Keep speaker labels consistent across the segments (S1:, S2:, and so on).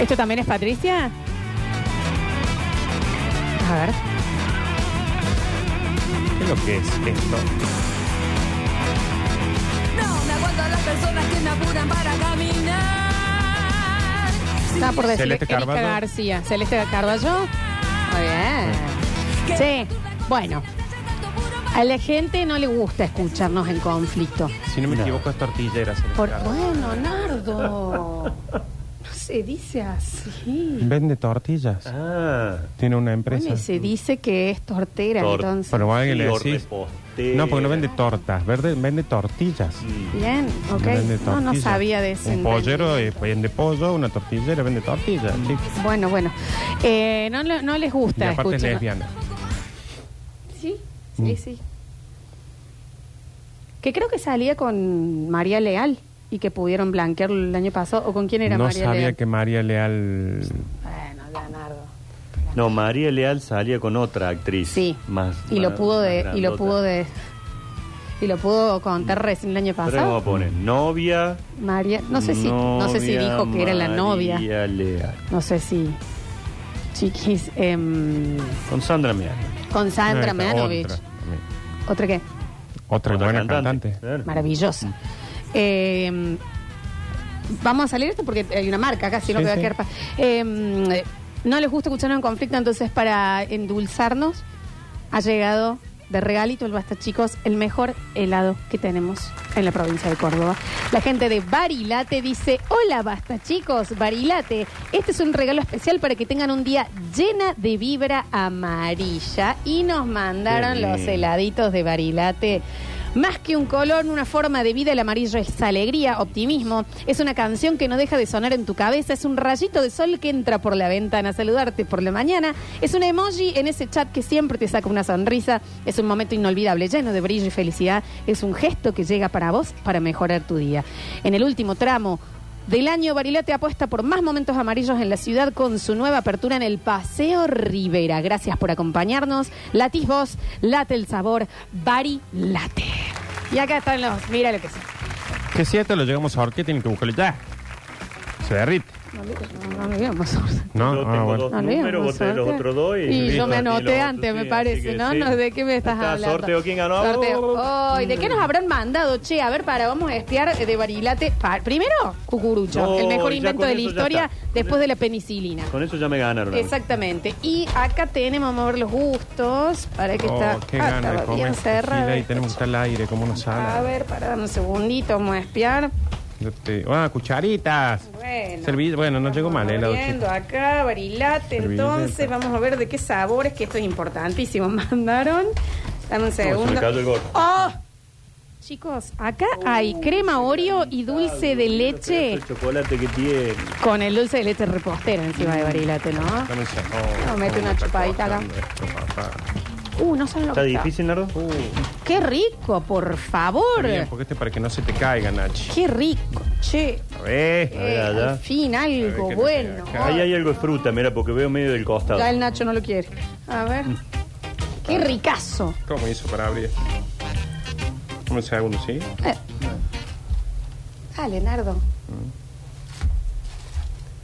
S1: ¿Esto también es Patricia? A ver.
S2: ¿Qué es lo que es esto?
S3: No me aguanto a las personas que me apuran para caminar.
S1: Estaba por decir
S2: Celeste
S1: Erika
S2: Carballo.
S1: García. Celeste Carballo. Muy bien. Sí. Bueno, a la gente no le gusta escucharnos en conflicto.
S2: Si no me
S4: No.
S2: equivoco, es tortillera. se le
S1: Por,
S2: llama.
S1: bueno, Nardo. No se dice así.
S4: Vende tortillas.
S2: Ah.
S4: Tiene una empresa.
S1: Bueno, y se dice que es tortera,
S2: Tor-
S1: entonces.
S4: Pero alguien le
S2: Tío
S4: decís.
S2: repostero.
S4: No, porque no vende tortas, verde- vende tortillas.
S1: Bien, ok.
S4: Vende
S1: No, no
S4: tortillas.
S1: sabía de ese.
S4: Un pollero eh, vende pollo, una tortillera vende tortillas.
S2: Mm.
S4: chicos.
S1: Bueno, bueno. Eh, no, lo- no les
S4: Y
S1: gusta
S4: aparte es
S1: escucharnos.
S4: lesbiana.
S1: Sí,
S4: Mm.
S1: sí, sí. Que creo que salía con María Leal y que pudieron blanquear el año pasado. ¿O con quién era
S4: no
S1: María
S4: sabía
S1: Leal?
S4: que María Leal.
S1: Bueno, Leonardo.
S2: No, María Leal salía con otra actriz.
S1: Sí.
S2: Más,
S1: y lo
S2: más-
S1: pudo
S2: más
S1: de, y lo
S2: grandota.
S1: pudo de, y lo pudo contar recién el año
S2: Pero ahí vamos
S1: pasado.
S2: a poner novia.
S1: María, no sé si, no sé si
S2: novia,
S1: dijo que era la novia.
S2: María Leal.
S1: No sé si Chiquis em,
S2: Con Sandra Miano.
S1: con Sandra
S4: Otra,
S1: Meanovich.
S4: Otra,
S1: Otra que
S4: Otra buena cantante.
S2: Claro.
S1: maravillosa. Eh, vamos a salir esto porque hay una marca acá, si no
S4: Sí,
S1: me va a
S4: sí.
S1: quedar. pa- Eh, no les gusta escucharnos en conflicto, entonces para endulzarnos ha llegado de regalito el Basta Chicos, el mejor helado que tenemos en la provincia de Córdoba. La gente de Barilate dice, hola Basta Chicos, Barilate, este es un regalo especial para que tengan un día llena de vibra amarilla y nos mandaron
S2: Qué
S1: los
S2: lindo.
S1: helados heladitos de Barilate. Más que un color, una forma de vida, el amarillo es alegría, optimismo. Es una canción que no deja de sonar en tu cabeza. Es un rayito de sol que entra por la ventana a saludarte por la mañana. Es un emoji en ese chat que siempre te saca una sonrisa. Es un momento inolvidable, lleno de brillo y felicidad. Es un gesto que llega para vos para mejorar tu día. En el último tramo del año, Barilate apuesta por más momentos amarillos en la ciudad con su nueva apertura en el Paseo Rivera. Gracias por acompañarnos. Latís vos, late el sabor, Barilate. Y acá están los, mira lo que son.
S4: Que si a esto lo llegamos a ahorcar, tienen que buscarlo ya. Se derrite.
S1: No, no, no, no.
S4: No,
S2: Yo
S4: Ah,
S2: tengo
S4: bueno.
S2: dos
S1: No, no,
S2: números,
S1: no,
S2: vos tenés los
S1: sorteo.
S2: otros dos. Y,
S1: Y yo me anoté
S2: los otros,
S1: antes, me
S2: así
S1: parece,
S2: que
S1: ¿no?
S2: sí.
S1: No, ¿de qué me estás
S2: Está,
S1: hablando?
S2: Sorteo, ¿quién ganó?
S1: Sorteo. Oh. Ay, ¿De qué nos habrán mandado? Che, a ver, para, vamos a espiar de Barilate. Pa- Primero, cucurucho,
S2: No,
S1: el mejor
S2: ya
S1: invento
S2: con
S1: de la
S2: eso ya
S1: historia
S2: está. Con
S1: después de
S2: eso-
S1: la penicilina.
S2: Con eso ya me ganaron.
S1: Exactamente. Y acá tenemos, vamos a ver los gustos. Para que
S4: Oh,
S1: está,
S4: qué
S1: ah,
S4: gana de
S1: estaba
S4: comer.
S1: bien Ah, cerrado.
S4: Y ahí tenemos que estar al aire, como uno
S1: A
S4: sabe.
S1: ver, para dame un segundito, vamos a espiar.
S4: Yo te- Ah, cucharitas.
S1: Bueno.
S4: Servi- bueno, no llegó mal, eh, la
S1: Viendo acá, barilate,
S4: Servilleta.
S1: entonces vamos a ver de qué sabores, que esto es importantísimo, mandaron. Dame un segundo.
S2: se me cayó el gorro.
S1: ¡Oh! Chicos, acá hay crema Oreo y dulce de leche
S2: El chocolate que tiene.
S1: con el dulce de leche repostero encima de barilate, ¿no?
S4: Dame un segundo.
S1: No, mete una
S4: está
S1: chupadita acá.
S4: costando esto, papá.
S1: Uh, no saben lo
S2: ¿Está
S1: que está.
S2: difícil, Nardo?
S1: ¡Qué rico, por favor!
S4: Bien, porque este es para que no se te caiga, Nachi.
S1: ¡Qué rico! Che,
S4: A ver.
S2: ver,
S1: eh,
S2: allá.
S1: al fin algo
S4: A ver qué te
S1: bueno.
S4: queda acá.
S2: Ahí hay algo de fruta, mira, porque veo medio del costado.
S1: Ya el Nacho no lo quiere. A ver. ¡Qué ricazo!
S4: ¿Cómo hizo para abrir? Dame un segundo, ¿sí?
S1: Eh. Ah, Leonardo.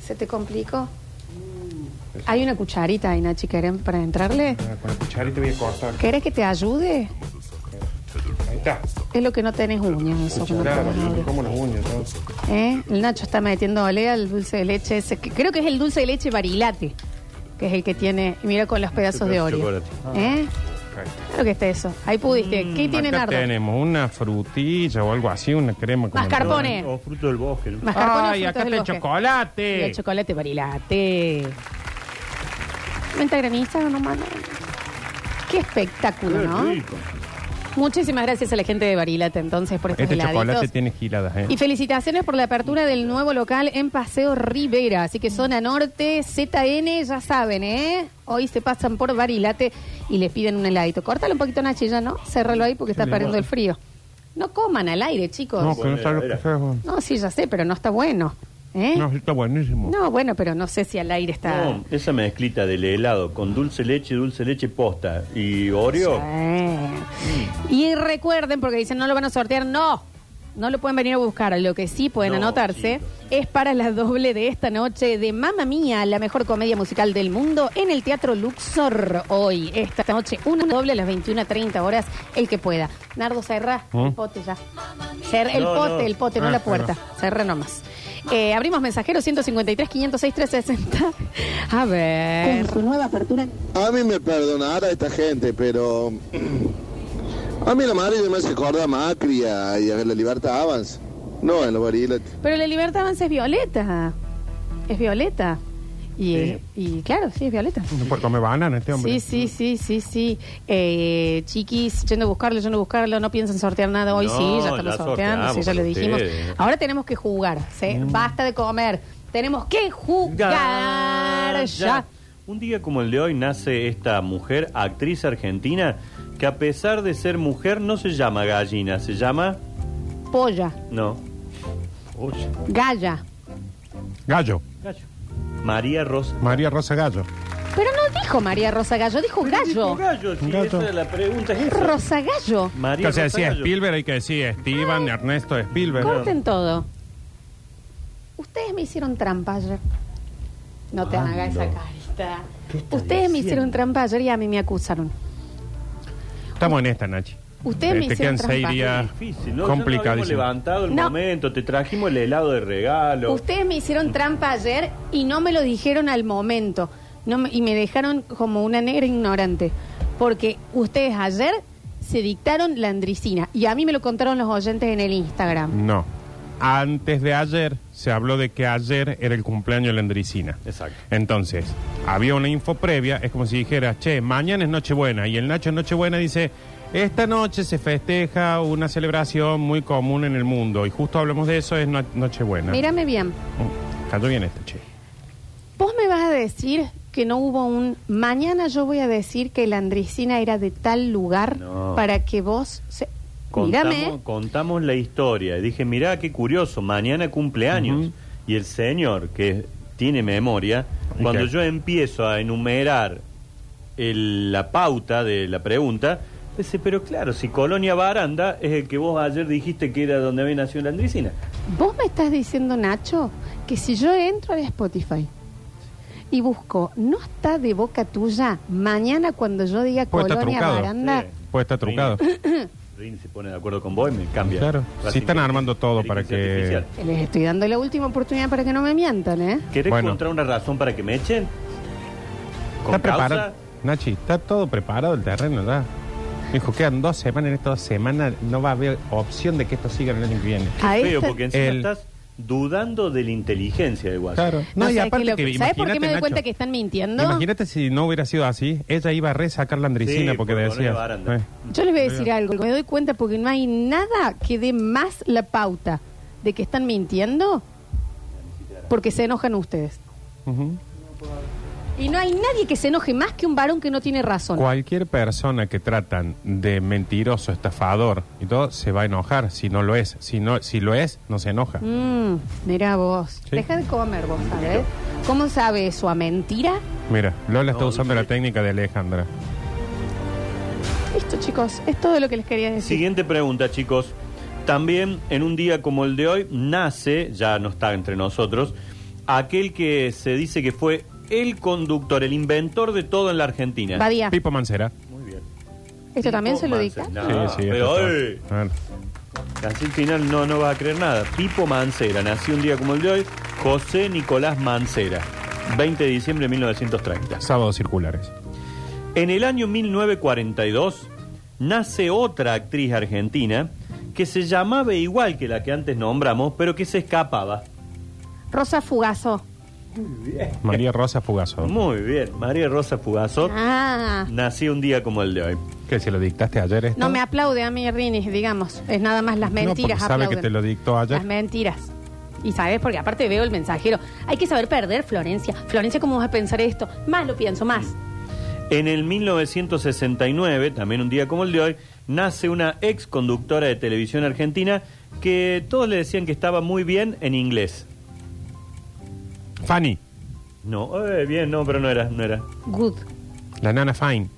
S1: ¿Se te complicó? Hay una cucharita ahí, Nachi, ¿querés para entrarle?
S4: Ah, Con la cucharita voy a cortar.
S1: ¿Querés que te ayude?
S4: Ahí está.
S1: Es lo que no tenés uñas, eso. que no
S4: Claro,
S1: tenés
S4: yo me
S1: uñas.
S4: como las uñas. entonces.
S1: ¿Eh? El Nacho está metiendo olea al dulce de leche ese, que creo que es el dulce de leche barilate, que es el que tiene, mira con los pedazos de Oreo.
S2: Chocolate.
S1: ¿Eh?
S4: Ahí está.
S1: Claro que está eso. Ahí pudiste. ¿Qué tiene
S4: Mm, Acá
S1: Nardo?
S4: tenemos una frutilla o algo así, una crema. como-
S1: Mascarpone.
S2: O fruto del bosque. ¿no?
S1: Mascarpone o
S4: Ay,
S1: frutos
S4: acá
S1: del
S4: está el
S1: bosque. Y
S4: chocolate.
S1: el chocolate barilate. Venta granista, no mano. Qué espectáculo,
S2: Qué
S1: ¿no?
S2: rico.
S1: Muchísimas gracias a la gente de Barilate entonces por estos
S4: Este
S1: heladitos.
S4: chocolate tiene giladas, ¿eh?
S1: Y felicitaciones por la apertura del nuevo local en Paseo Rivera. Así que zona norte, ZN, ya saben, ¿eh? Hoy se pasan por Barilate y les piden un heladito. Córtalo un poquito, Nachi, ya, ¿no? Cérralo ahí porque está perdiendo el frío. No coman al aire, chicos.
S4: No, que no está lo que sea, bueno.
S1: No, sí, ya sé, pero no está bueno. ¿eh?
S4: No, está buenísimo.
S1: No, bueno, pero no sé si al aire está.
S2: No, esa mezclita del helado con dulce leche, dulce leche posta y Oreo.
S1: Sí. Y recuerden, porque dicen no lo van a sortear, no. no lo pueden venir a buscar, lo que sí pueden
S2: No,
S1: anotarse
S2: chicos.
S1: es para la doble de esta noche de Mamma Mía, la mejor comedia musical del mundo, en el Teatro Luxor hoy. Esta noche, una doble a las 21.30 horas, el que pueda. Nardo, cerra
S4: ¿Mm?
S1: el pote ya. Cerra el
S2: No,
S1: pote,
S2: no.
S1: el pote, no
S4: Ah,
S1: la puerta. Cerra nomás. Eh, abrimos mensajero 153 506 360. A ver.
S5: su nueva apertura.
S6: A mí me perdonará esta gente, pero. A mí la madre me hace acordar a Macri y a, y a la Libertad Avance. No, en los bariletes.
S1: Pero la libertad avanza es violeta. Es violeta. Y, eh, y claro, sí, es violeta.
S4: No puede comer banana este hombre.
S1: Sí, sí, sí, sí, sí. Eh, chiquis, yendo a buscarlo, yendo a buscarlo, no piensan sortear nada hoy,
S2: No,
S1: sí, ya estamos
S2: ya
S1: sorteando, sí, ya
S2: sorteamos
S1: lo dijimos.
S2: ustedes.
S1: Ahora tenemos que jugar, ¿sí? basta de comer, tenemos que jugar ya.
S2: Un día como el de hoy nace esta mujer, actriz argentina, que a pesar de ser mujer no se llama gallina, se llama...
S1: Polla,
S2: No. Oye,
S1: galla.
S4: Gallo.
S2: gallo. María Rosa.
S4: María Rosa Gallo.
S1: Pero no dijo María Rosa Gallo, dijo
S2: Pero
S1: gallo.
S2: dijo Gallo, sí,
S4: Gato.
S2: esa es la pregunta. es esa.
S1: Rosa Gallo.
S2: María
S4: O sea,
S2: Rosa
S4: si es
S2: Gallo. Ah.
S4: Spielberg hay que decir Esteban, Ernesto Spielberg.
S1: Corten todo. Ustedes me hicieron trampa ayer. No te
S2: Ando.
S1: hagas esa carita.
S2: ¿Qué estás
S1: Ustedes me hicieron
S2: diciendo?
S1: trampa ayer y a mí me acusaron.
S4: Estamos en esta, Nachi.
S1: Ustedes me
S4: Eh, Te
S1: hicieron
S4: quedan seis
S1: trampa.
S4: días
S2: Difícil, ¿no? Complicadísimo.
S4: complicadísimos.
S2: levantado el
S1: No.
S2: momento, te trajimos el helado de regalo.
S1: Ustedes me hicieron trampa ayer y no me lo dijeron al momento. No me- y me dejaron como una negra ignorante. Porque ustedes ayer se dictaron la andricina. Y a mí me lo contaron los oyentes en el Instagram.
S4: No. Antes de ayer se habló de que ayer era el cumpleaños de la Andricina.
S2: Exacto.
S4: Entonces, había una info previa, es como si dijera, che, mañana es Nochebuena. Y el Nacho en Nochebuena dice, esta noche se festeja una celebración muy común en el mundo. Y justo hablamos de eso, es no- Nochebuena.
S1: Mírame bien.
S4: Mm, cayó bien este, che.
S1: Vos me vas a decir que no hubo un mañana yo voy a decir que la andricina era de tal lugar
S2: No.
S1: para que vos se...
S2: Contamos,
S1: mírame ¿eh?
S2: contamos la historia. Dije, mirá, qué curioso, mañana cumpleaños.
S4: Ujú.
S2: Y el señor, que tiene memoria,
S4: ¿Y
S2: cuando
S4: qué?
S2: yo empiezo a enumerar el- la pauta de la pregunta, dice, pero claro, si Colonia Baranda es el que vos ayer dijiste que era donde había nacido la Andricina.
S1: vos me estás diciendo Nacho que si yo entro a Spotify y busco no está de boca tuya mañana cuando yo diga
S4: Puede estar
S1: colonia
S4: trucado.
S1: baranda
S2: Sí.
S4: Puede estar trucado.
S2: Rini se pone de acuerdo con vos y me cambia.
S4: Claro.
S2: Racing
S4: Si están
S2: Club.
S4: armando todo para
S2: Inteligencia
S4: que-
S2: artificial.
S1: les estoy dando la última oportunidad para que no me mientan eh
S2: ¿Querés
S4: Bueno.
S2: encontrar una razón para que me echen? ¿Con
S4: ¿Está
S2: causa?
S4: preparado? Nachi, está todo preparado el terreno, ¿verdad? Me dijo, quedan dos semanas, en estas dos semanas no va a haber opción de que esto siga el año que viene.
S1: a
S2: Feo,
S1: esta-
S2: porque encima
S4: El-
S2: estás dudando de la inteligencia de WhatsApp.
S4: Claro. No, y
S1: ¿sabes
S4: aparte
S1: qué lo-
S4: que
S1: ¿sabes por qué
S4: imagínate,
S1: me doy cuenta
S4: Nacho,
S1: que están mintiendo?
S4: Imagínate si no hubiera sido así, ella iba a resacar la andricina
S2: Sí,
S4: porque
S2: por Colonia
S4: decía.
S2: Baranda.
S4: eh,
S1: Yo les voy a decir algo, me doy cuenta porque no hay nada que dé más la pauta de que están mintiendo porque se enojan ustedes.
S4: ujú.
S1: Y no hay nadie que se enoje más que un varón que no tiene razón.
S4: Cualquier persona que tratan de mentiroso, estafador y todo, se va a enojar si no lo es. Si no, si lo es, no se enoja.
S1: Mm, mirá vos,
S4: Sí.
S1: deja de comer vos, ¿sabes? ¿Cómo sabe eso? ¿A mentira?
S4: Mira, Lola está
S2: No,
S4: usando la
S2: dije-
S4: técnica de Alejandra.
S1: Listo, chicos, es todo lo que les quería decir.
S2: Siguiente pregunta, chicos. También en un día como el de hoy nace, ya no está entre nosotros, aquel que se dice que fue el conductor, el inventor de todo en la Argentina.
S1: Badía,
S4: Pipo Mancera.
S2: Muy bien.
S1: ¿esto también
S2: Pipo
S1: se lo
S2: Mancera.
S1: dicta?
S2: No,
S4: sí, sí.
S2: pero
S4: esto
S2: ¡ay!
S4: está- a ver.
S2: Casi al final no, no vas a creer nada. Pipo Mancera, nació un día como el de hoy, José Nicolás Mancera, 20 de diciembre de 1930.
S4: Sábados circulares.
S2: En el año 1942 nace otra actriz argentina que se llamaba igual que la que antes nombramos, pero que se escapaba.
S1: Rosa Fugazo.
S4: María Rosa Fugazo.
S2: Muy bien, María Rosa Fugazo
S1: Ah,
S2: nació un día como el de hoy.
S4: ¿Qué se lo dictaste ayer ¿eh? esto?
S1: no me aplaude a mí Rini, digamos. Es nada más las
S4: No, porque
S1: mentiras.
S4: sabe
S1: aplauden.
S4: que te lo dictó ayer.
S1: Las mentiras. Y sabes, porque aparte veo el mensajero. Hay que saber perder, Florencia. Florencia, ¿cómo vas a pensar esto? Más lo pienso, más.
S2: En el 1969, también un día como el de hoy, nace una ex conductora de televisión argentina que todos le decían que estaba muy bien en inglés.
S4: Fanny.
S2: No, eh, bien, no, pero no era, no era.
S1: Good.
S4: La nana Fine.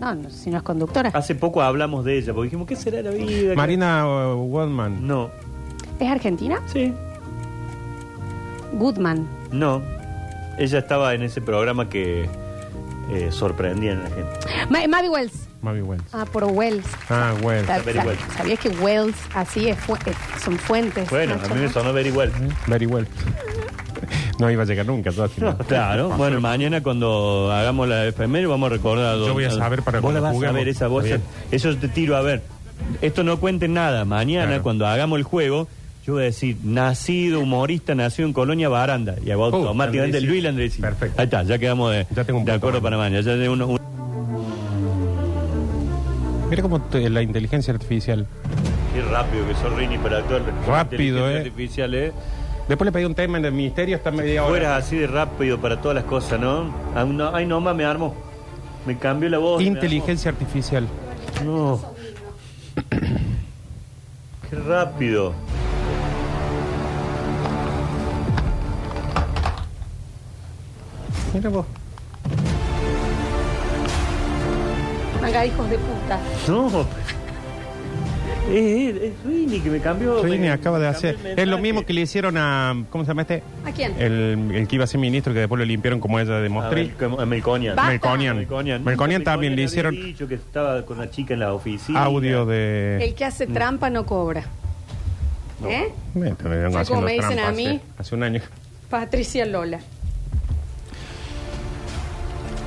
S1: No, no, si no es conductora.
S2: Hace poco hablamos de ella, porque dijimos, ¿qué será la vida?
S4: Marina eh, Goldman.
S2: No,
S1: ¿Es argentina?
S2: sí,
S1: Goodman.
S2: no. Ella estaba en ese programa que eh, sorprendían a la gente.
S1: Ma- Mavi Wells.
S4: Mavi Wells.
S1: Ah, por Wells.
S4: Ah, Wells.
S1: Sab-
S2: Very
S1: sab-
S2: Wells.
S1: ¿Sabías que Wells así es fu- eh, son fuentes?
S2: Bueno, a
S1: Nacho,
S2: mí me
S1: ¿no?
S2: sonó very well.
S4: Very well. No iba a llegar nunca, todo al final.
S2: Claro, bueno, mañana cuando hagamos la efeméride vamos a recordar.
S4: Yo voy a saber para
S2: Vos la
S4: cuando
S2: vas a
S4: juguemos.
S2: ver esa voz.
S4: Está bien.
S2: Eso te tiro a ver. Esto no cuente nada. Mañana
S4: Claro.
S2: cuando hagamos el juego, yo voy a decir, nacido, humorista, nació en Colonia Baranda. Y a vos
S4: Uh,
S2: automáticamente
S4: Andrés,
S2: Luis
S4: sí.
S2: Landresi.
S4: Perfecto.
S2: Ahí está, ya quedamos de,
S4: Ya tengo un
S2: de
S4: punto
S2: acuerdo para
S4: bueno.
S2: mañana. Ya de uno- un-
S4: Mira cómo te- la inteligencia artificial.
S2: Qué rápido que sos Rini para actuar.
S4: Rápido,
S2: Inteligencia
S4: eh.
S2: Artificial, eh.
S4: Después le pedí un tema en el ministerio, está media hora.
S2: Fueras así de rápido para todas las cosas, ¿no? Ay, no, ay, no, ma, me armo. Me cambió la voz. me armó.
S4: Inteligencia artificial.
S2: No. Qué rápido.
S4: Mira vos.
S1: Acá hijos de puta.
S2: No. Es, es, es Rini que me cambió.
S4: Rini
S2: me-
S4: acaba de
S2: me cambió
S4: hacer.
S2: el
S4: Es lo
S2: mensaje.
S4: mismo que le hicieron a. ¿Cómo se llama este?
S1: ¿A quién?
S4: El, el que iba a ser ministro, que después lo limpiaron como ella
S2: A
S4: demostré.
S2: Melco- a Ah, Melconian.
S1: Basta.
S4: Melconian.
S2: Melconian.
S4: Melconian también le
S2: había
S4: hicieron
S2: dicho que estaba con la chica en la oficina.
S4: audio
S1: El
S4: de.
S1: que hace trampa no cobra. ¿Eh?
S4: Me- te- me vengo
S1: ¿Sabes
S4: haciendo
S1: cómo me dicen
S4: trampa
S1: a
S4: hace-
S1: mí?
S4: Hace un año.
S1: Patricia Lola.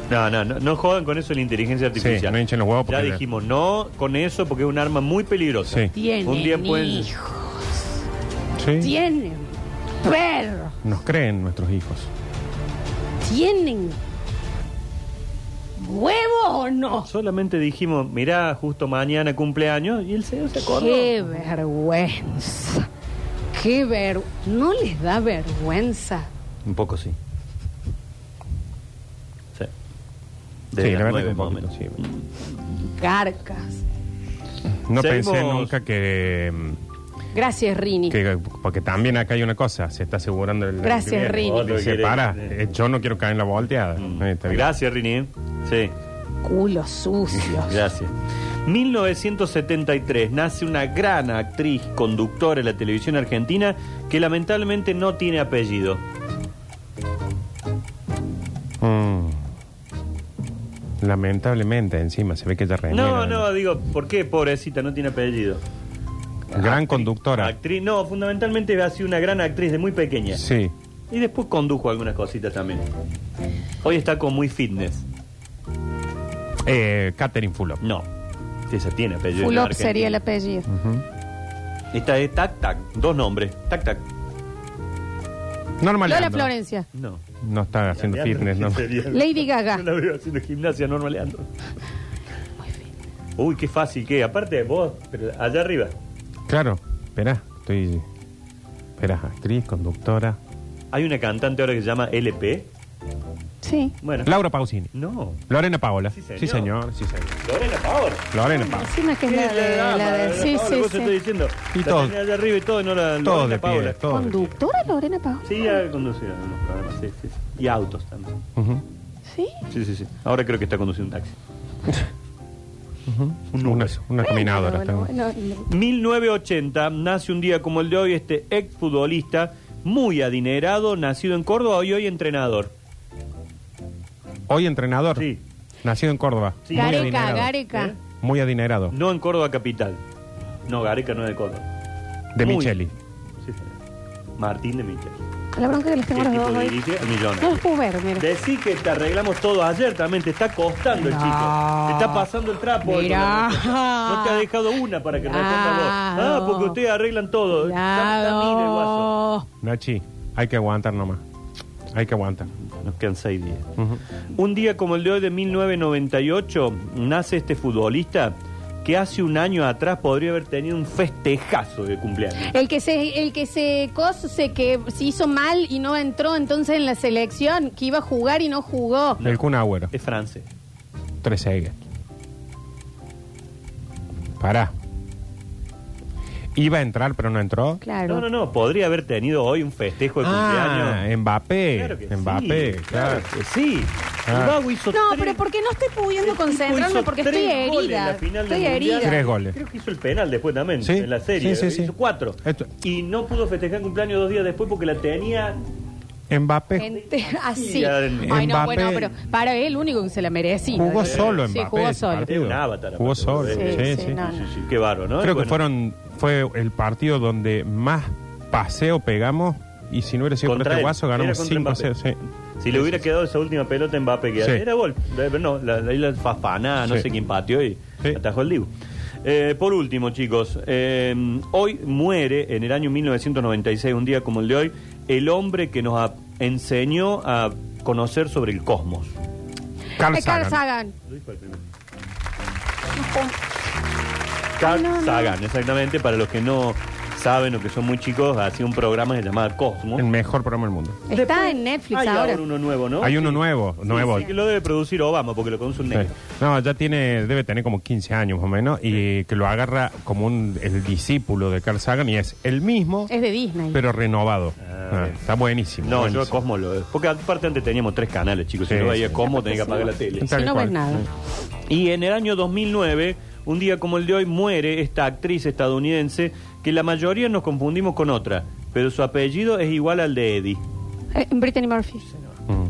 S2: No, no, no, no jodan con eso de la inteligencia artificial.
S4: no hinchen los huevos
S2: Ya
S4: porque-
S2: dijimos no con eso porque es un arma muy peligrosa.
S4: Sí.
S1: Tienen
S2: Un día pueden.
S1: hijos.
S4: Sí.
S1: Tienen perros.
S4: Nos creen nuestros hijos.
S1: Tienen huevos o no.
S2: Solamente dijimos, mirá, justo mañana cumpleaños y el señor se acordó.
S1: Qué vergüenza. Qué ver. ¿No les da vergüenza?
S2: Un poco sí. Sí.
S4: sí,
S2: las
S4: la verdad
S2: nueve,
S4: que un
S2: más o
S4: poquito,
S2: menos.
S4: sí.
S1: Carcas.
S4: No
S2: Seguimos.
S4: pensé nunca que, mm,
S1: Gracias, Rini.
S4: que- Porque también acá hay una cosa. Se está asegurando el.
S1: Gracias,
S4: el-
S1: Rini.
S2: Otro que
S4: Dice,
S2: quiere-
S4: para, eh, yo no quiero caer en la volteada. Eh, está bien.
S2: Mm. Gracias, Rini. Sí,
S1: Culos sucios.
S2: gracias. 1973 nace una gran actriz conductora de la televisión argentina que lamentablemente no tiene apellido.
S4: Mm. Lamentablemente, encima, se ve que ella reniega.
S2: No, no, digo, ¿por qué pobrecita no tiene apellido?
S4: Gran
S2: Ah,
S4: conductora.
S2: Actriz, no, fundamentalmente ha sido una gran actriz de muy pequeña.
S4: Ah. Sí.
S2: Y después condujo algunas cositas también. Hoy está con muy fitness.
S4: Eh, Catherine Fulop.
S2: No, esa tiene apellido. en
S1: Fulop
S2: Argentina.
S1: sería el apellido.
S2: Esta es Tac Tac, dos nombres. Tac Tac.
S4: Normal.
S1: Lola Florencia.
S2: No.
S4: No está haciendo fitness, ¿no?
S1: Lady Gaga.
S2: Yo la veo haciendo gimnasia, no normaleando. Uy, qué fácil que. Aparte, vos, pero allá arriba.
S4: Claro. Esperá, estoy. Esperá, actriz, conductora.
S2: Hay una cantante ahora que se llama LP.
S1: Sí.
S2: Bueno.
S4: Laura Pausini.
S2: No.
S4: Lorena Paola.
S2: Sí, señor.
S4: Sí, señor. Sí, señor.
S2: Lorena Paola.
S4: Lorena Paola.
S1: Encima que es la de. la de- sí, sí,
S2: Vos te estoy
S1: sí.
S2: diciendo.
S4: Y
S2: La
S4: todo.
S2: tenía allá arriba y todo, y no la.
S4: Todo
S2: Lorena
S4: de pie,
S2: Paola.
S4: todo de pie.
S1: ¿Conductora Lorena Paola?
S2: Sí, ha conducido en algunos programas, sí, sí, sí. Y autos también.
S4: Ujú.
S1: Sí.
S2: Sí, sí, sí. Ahora creo que está conduciendo un taxi.
S4: Una, una caminadora.
S1: Bueno,
S4: está bien.
S1: bueno, bueno.
S2: 1980 nace un día como el de hoy este exfutbolista muy adinerado, nacido en Córdoba y hoy entrenador.
S4: Hoy entrenador.
S2: Sí.
S4: Nacido en Córdoba.
S2: Sí.
S4: Muy
S1: Gareca,
S4: adinerado.
S1: Gareca.
S2: ¿Eh?
S4: Muy adinerado.
S2: No en Córdoba capital. No, Gareca no es de Córdoba.
S4: De
S2: Muy.
S4: Micheli.
S2: Sí, señor. Martín de Micheli.
S1: La bronca que les
S2: ¿Qué
S1: tengo a los
S2: tipo
S1: dos hoy.
S2: dirige? El
S1: No los
S2: millonario.
S1: puedo ver, mira.
S2: Decí que te arreglamos todo ayer también, te está costando el
S1: No.
S2: chico. Te está pasando el trapo. hoy con
S1: Mirá.
S2: la respuesta. No te ha dejado una para que respondas vos. Ah,
S1: Cuidado.
S2: porque ustedes arreglan todo. Ya está mil el guaso.
S1: Cuidado.
S4: Nachi, hay que aguantar nomás. Hay que aguantar.
S2: Nos quedan seis días.
S4: Ujú.
S2: Un día como el de hoy de 1998 nace este futbolista que hace un año atrás podría haber tenido un festejazo de cumpleaños.
S1: El que se, el que se cos- se que se hizo mal y no entró entonces en la selección, que iba a jugar y no jugó.
S4: El Kun Agüero.
S2: Es francés.
S4: Tres Egger. Pará. Iba a entrar, pero no entró.
S1: Claro.
S2: No, no, no, podría haber tenido hoy un festejo de
S4: ah, eh,
S2: cumpleaños.
S4: Mbappé.
S2: Claro que sí,
S4: Mbappé, claro.
S2: que sí.
S4: Ah.
S2: El Vago hizo
S1: No,
S2: tres-
S1: pero porque no estoy pudiendo
S2: el Este tipo
S1: concentrarme
S2: hizo
S1: porque
S2: tres
S1: estoy
S2: goles en
S1: herida.
S2: la final del
S1: Estoy
S2: Mundial.
S1: herida.
S4: Tres goles.
S2: Creo que hizo el penal después también,
S4: Sí,
S2: en la serie.
S4: sí, sí, sí.
S2: Hizo cuatro.
S4: Esto-
S2: Y no pudo festejar cumpleaños dos días después porque la tenía.
S4: Mbappé
S1: Ente- así.
S2: Sí, adentro.
S1: Ay, no,
S4: Mbappé.
S1: bueno, pero para él, único que se la merecía.
S4: jugó solo
S1: Sí,
S4: Mbappé.
S1: jugó
S4: ese
S1: solo.
S4: partido.
S2: Era un avatar,
S4: Jugó
S2: aparte,
S4: solo,
S2: sí,
S4: sí,
S1: sí,
S4: sí.
S1: no,
S2: Sí,
S1: no.
S2: sí, qué bárbaro, ¿no?
S4: Creo
S2: Bueno,
S4: que fueron fue el partido donde más paseo pegamos y si no hubiera sido por
S2: Contra
S4: este
S2: él.
S4: guaso
S2: Era
S4: ganamos
S2: contra
S4: 5 0.
S2: Mbappé.
S4: Sí.
S2: Si le hubiera quedado esa última pelota en Mbappé que
S4: Sí.
S2: era gol. Eh, pero No, la, la, la Fafana, no
S4: Sí.
S2: sé quién pateó y
S4: Sí.
S2: atajó el Dibu. Eh, por último, chicos, eh, hoy muere en el año 1996, un día como el de hoy, el hombre que nos a- enseñó a conocer sobre el cosmos.
S4: Carl
S1: Eh, Carl Sagan.
S4: Sagan.
S2: Carl
S1: no, no.
S2: Sagan, exactamente, para los que no saben o que son muy chicos, hacía un programa que se llamaba Cosmos.
S4: El mejor programa del mundo.
S1: Está en Netflix
S2: Hay
S1: ahora.
S2: uno nuevo, ¿no?
S4: Hay uno nuevo,
S2: Sí,
S4: nuevo.
S2: sí, que lo debe producir Obama porque lo consume un
S4: Sí.
S2: negro.
S4: No, ya tiene, debe tener como 15 años más o menos y que lo agarra como un, el discípulo de Carl Sagan y es el mismo,
S1: Es de Disney.
S4: pero renovado. Ah,
S2: bien.
S4: está buenísimo.
S2: No, yo
S4: buenísimo.
S2: a Cosmo lo. Porque aparte antes teníamos tres canales, chicos.
S4: Sí,
S2: si no veía
S4: sí.
S2: Cosmo, tenía que apagar la tele.
S1: si no ves nada.
S2: Y en el año 2009, un día como el de hoy, muere esta actriz estadounidense que la mayoría nos confundimos con otra. Pero su apellido es igual al de Eddie.
S1: Eh, Brittany Murphy.
S4: Mm.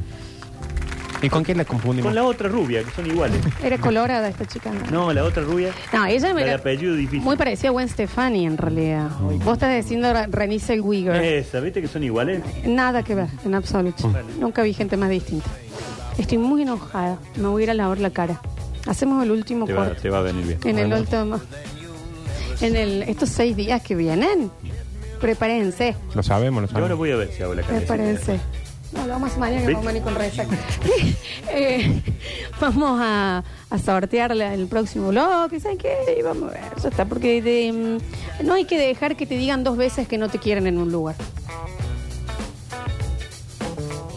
S4: ¿Y con quién la confundimos?
S2: Con la otra rubia, que son iguales.
S1: Era colorada esta chica. No,
S2: No, la otra rubia.
S1: No, ella me
S2: El apellido difícil.
S1: muy parecida a Gwen Stefani en realidad. Vos estás diciendo Ra- Renée Zellweger.
S2: Esa, ¿viste que son iguales?
S1: Nada que ver, en absoluto. Nunca vi gente más distinta. Estoy muy enojada. Me voy a ir a lavar la cara. Hacemos el último
S2: Te va,
S1: corte.
S2: te va a venir bien.
S1: En el último. En el, estos seis días que vienen. Prepárense.
S4: Lo sabemos, lo
S2: Yo ahora
S4: sabemos.
S2: voy a ver si hago la cabeza.
S1: Prepárense. No, lo vamos a hacer mañana que
S2: ¿Viste?
S1: vamos a venir con resaca. Eh, vamos a, a sortear la- el próximo bloque. ¿Saben qué? Y vamos a ver. Ya está. Porque de, mm, no hay que dejar que te digan dos veces que no te quieren en un lugar.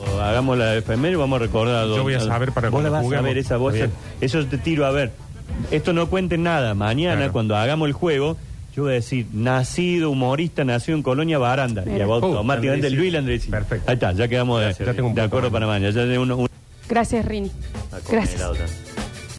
S2: O Hagamos la efeméride y vamos a recordar.
S4: Yo
S2: dónde-
S4: voy a saber para
S2: Vos
S4: cuando
S2: la vas a
S4: juguemos.
S2: ver esa voz.
S4: Está bien.
S2: Eso te tiro a ver. Esto no cuente nada. Mañana,
S4: Claro.
S2: cuando hagamos el juego, yo voy a decir, nacido humorista, nacido en Colonia Baranda. Y
S1: Mira.
S2: a vos
S4: Uh,
S2: automáticamente
S4: Andresini.
S2: Luis Andresini.
S4: Perfecto.
S2: Ahí está, ya quedamos de-
S4: Gracias,
S2: de,
S4: ya tengo un
S2: acuerdo
S4: poco.
S2: para mañana. Ya tengo uno- uno-
S1: Gracias, Rini.
S2: Ah, con
S1: Gracias.
S2: helado también.